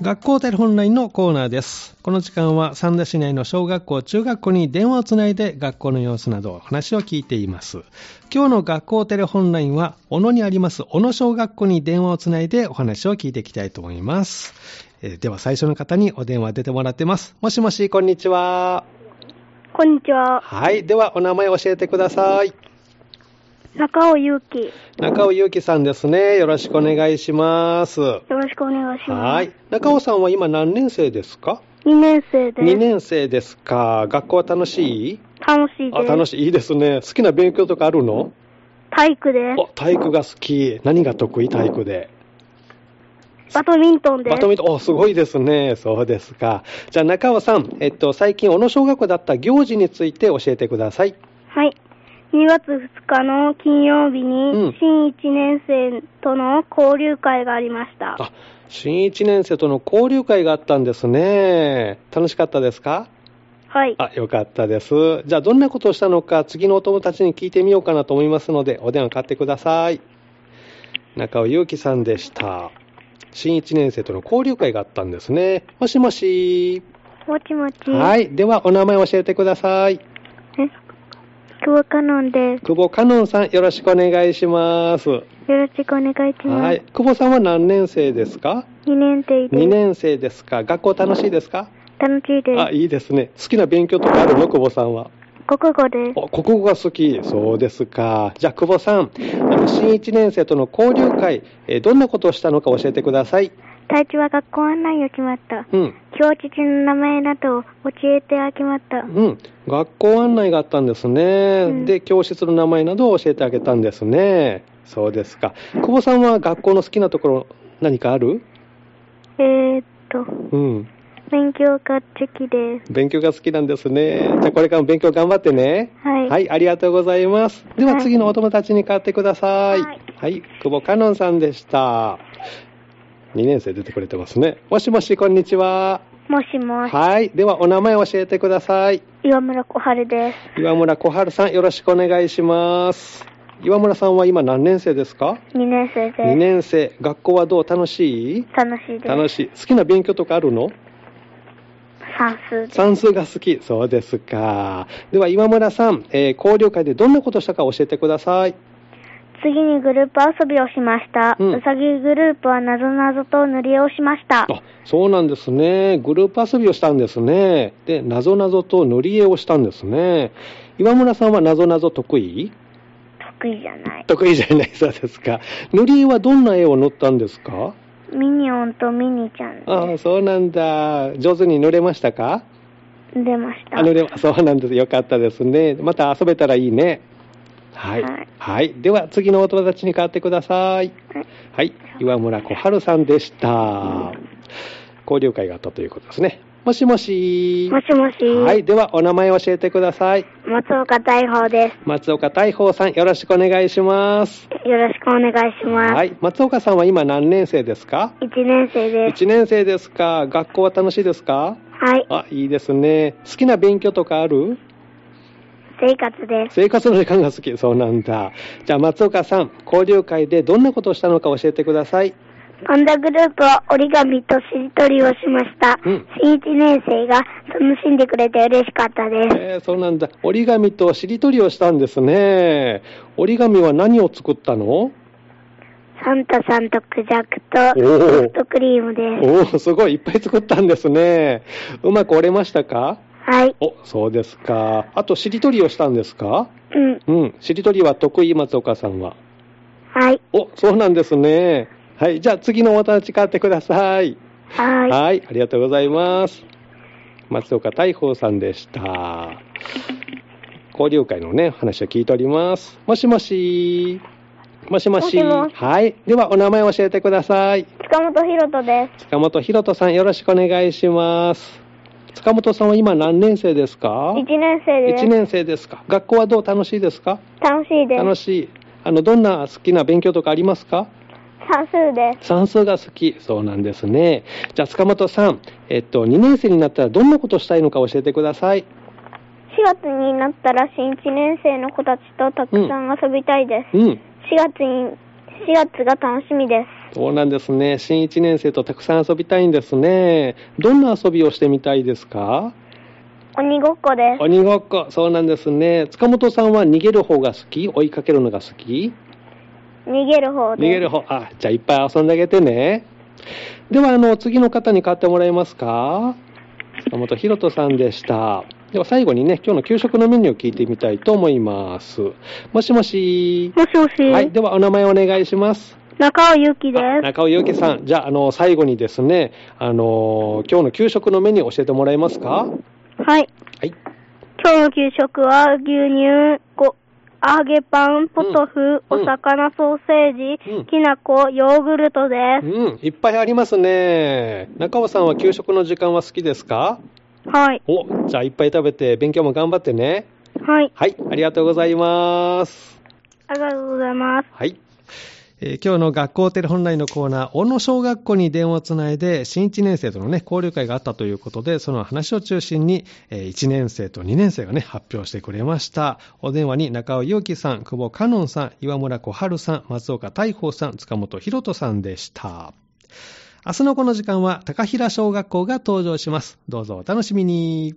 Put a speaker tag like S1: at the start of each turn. S1: 学校テレホンラインのコーナーです。この時間は三田市内の小学校、中学校に電話をつないで学校の様子など話を聞いています。今日の学校テレホンラインは、小野にあります小野小学校に電話をつないでお話を聞いていきたいと思います。えーでは最初の方にお電話出てもらってます。もしもし、こんにちは。
S2: こんにちは。
S1: はい。では、お名前教えてください。
S2: 中尾祐希。
S1: 中尾祐樹さんですね。よろしくお願いします。
S2: よろしくお願いします。
S1: はい。中尾さんは今何年生ですか
S2: 2年生です。
S1: 2年生ですか。学校は楽しい
S2: 楽しいです。
S1: あ楽しい。いいですね。好きな勉強とかあるの
S2: 体育で
S1: あ体育が好き。何が得意体育で。
S2: す。バドミントンです。
S1: バドミントン、お、すごいですね。そうですか。じゃあ中尾さん、えっと、最近、小野小学校だった行事について教えてください。
S2: はい。2月2日の金曜日
S1: うん
S2: に、新1年生との交流会がありました。
S1: あ、新1年生との交流会があったんですね。楽しかったですか
S2: はい。
S1: あ、よかったです。じゃあ、どんなことをしたのか、次のお友達に聞いてみようかなと思いますので、お電話買ってください。中尾祐樹さんでした。新1年生との交流会があったんですね。もしもし。
S2: もちもち
S1: はい。では、お名前教えてください。
S2: え、久保かのんです。
S1: 久保かのんさん、よろしくお願いします。
S2: よろしくお願いし
S1: はい。久保さんは何年生ですか
S2: 2年生
S1: ?2 年生ですか学校楽しいですか
S2: 楽しい
S1: あ、いいですね。好きな勉強とかあるの久保さんは。
S2: 国語で
S1: お国語が好き。そうですか。じゃあ、久保さん、あの新1年生との交流会、えーどんなことをしたのか教えてください。
S2: 体調は学校案内を決まった。
S1: うん。
S2: 教室の名前などを教えてあげました。
S1: うん。学校案内があったんですね。
S2: うん
S1: で、教室の名前などを教えてあげたんですね。そうですか。久保さんは学校の好きなところ、何かある
S2: えー、っと、
S1: うん。
S2: 勉強が好きです。
S1: 勉強が好きなんですね。じゃあ、これからも勉強頑張ってね。
S2: はい。
S1: はい、ありがとうございます。では
S2: はい
S1: 次のお友達に代わってください。は
S2: はいい、
S1: 久保かのんさんでした。2年生出てくれてますね。もしもし、こんにちは。
S2: もしもし、
S1: はい、ではお名前教えてください。
S2: 岩村小春です。
S1: 岩村小春さん、よろしくお願いします。岩村さんは今何年生ですか
S2: 2年生です。
S1: ?2 年生。学校はどう楽しい
S2: 楽しいです。
S1: 楽しい。好きな勉強とかあるの
S2: 算数です。
S1: 算数が好き。そうですか。では岩村さん、えー交流会でどんなことしたか教えてください。
S2: 次にグループ遊びをしました。
S1: う
S2: うんさぎグループはなぞなぞと塗り絵をしました。
S1: あ、そうなんですね。グループ遊びをしたんですね。で、なぞなぞと塗り絵をしたんですね。岩村さんはなぞなぞ得意
S2: 得意じゃない。
S1: 得意じゃないそうですか。塗り絵はどんな絵を塗ったんですか
S2: ミニオンとミニちゃん
S1: ああ、そうなんだ。上手に塗れましたか
S2: 出ました。
S1: あ塗れ、そうなんです。よかったですね。また遊べたらいいね。はい。
S2: はい
S1: はい。では、次のお友達に代わってください。
S2: はい
S1: はい、岩村小春さんでした。交流会があったということですね。もしもし。
S2: もしもし、
S1: はい、ではお名前を教えてください。
S2: 松岡大宝で
S1: 松岡大宝さん、よろしくお願いします。
S2: す。よろしくお願いします。
S1: はい、松岡さんは今何年生ですか
S2: 1年生です。
S1: ?1 年生ですか。学校は楽しいですか
S2: はい。
S1: あ、いいですね。好きな勉強とかある
S2: 生活です。
S1: 生活の時間が好き。そうなんだ。じゃあ松岡さん、交流会でどんなことをしたのか教えてください。
S2: パンダグループは折り紙としりとりをしました。
S1: うん
S2: 新1年生が楽しんでくれて嬉しかったです。
S1: えー、そうなんだ。折り紙としりとりをしたんですね。折り紙は何を作ったの
S2: サンタさんとクジャクと
S1: おー
S2: ソフトクリームです。
S1: おお、すごい、いっぱい作ったんですね。うまく折れましたか
S2: はい。
S1: お、そうですか。あと、しりとりをしたんですか
S2: うん。
S1: うん、しりとりは得意、松岡さんは。
S2: はい。
S1: お、そうなんですね。はい、じゃあ次のお友達買ってください。
S2: はーい。
S1: ありがとうございます。松岡大宝さんでした。交流会のね、話を聞いております。もしもし。もしもし。
S2: もしもし
S1: はい。では、お名前を教えてください。
S2: 塚本ひろとで
S1: 塚本ひろとさん、よろしくお願いします。塚本さんは今何年生ですか
S2: 1年生です。
S1: 一年生ですか。学校はどう楽しいですか
S2: 楽しいです。
S1: 楽しい。あの、どんな好きな勉強とかありますか
S2: 算数で
S1: 算数が好き。そうなんですね。じゃあ、塚本さん、えっと、2年生になったらどんなことしたいのか教えてください。
S2: す。4月になったら新1年生の子たちとたくさん遊びたいです。
S1: うん。
S2: 4月に、4月が楽しみです。
S1: そうなんですね。新1年生とたくさん遊びたいんですね。どんな遊びをしてみたいですか
S2: 鬼ごっこです。
S1: 鬼ごっこ、そうなんですね。塚本さんは逃げる方が好き追いかけるのが好き
S2: 逃げる方
S1: 逃
S2: です。
S1: げる方。あ、じゃあいっぱい遊んであげてね。では、あの、次の方に買ってもらえますか塚本ひろとさんでした。では最後にね、今日の給食のメニューを聞いてみたいと思います。もしもし。
S2: もしもし、
S1: はい、ではお名前お願いします。
S2: 中尾ゆきで
S1: あ
S2: す。
S1: 中尾祐樹さん、じゃあ、あの、最後にですね、あの、今日の給食のメニュー教えてもらえますかは
S2: はい。
S1: い。
S2: 今日の給食は牛乳、ご揚げパン、ポトフ、
S1: うん
S2: お魚ソーセージ、
S1: うん
S2: きな粉、ヨーグルトです。
S1: うん、いっぱいありますね。中尾さんは給食の時間は好きですか
S2: はい。
S1: お、じゃあいっぱい食べて勉強も頑張ってね。
S2: はい。
S1: はい、ありがとうございます。
S2: ありがとうございます。
S1: はい。えー今日の学校テレ本来のコーナー、小野小学校に電話をつないで、新1年生とのね、交流会があったということで、その話を中心に、え1年生と2年生がね、発表してくれました。お電話に中尾祐樹さん、久保香音さん、岩村小春さん、松岡大宝さん、塚本博人さんでした。明日のこの時間は、高平小学校が登場します。どうぞお楽しみに。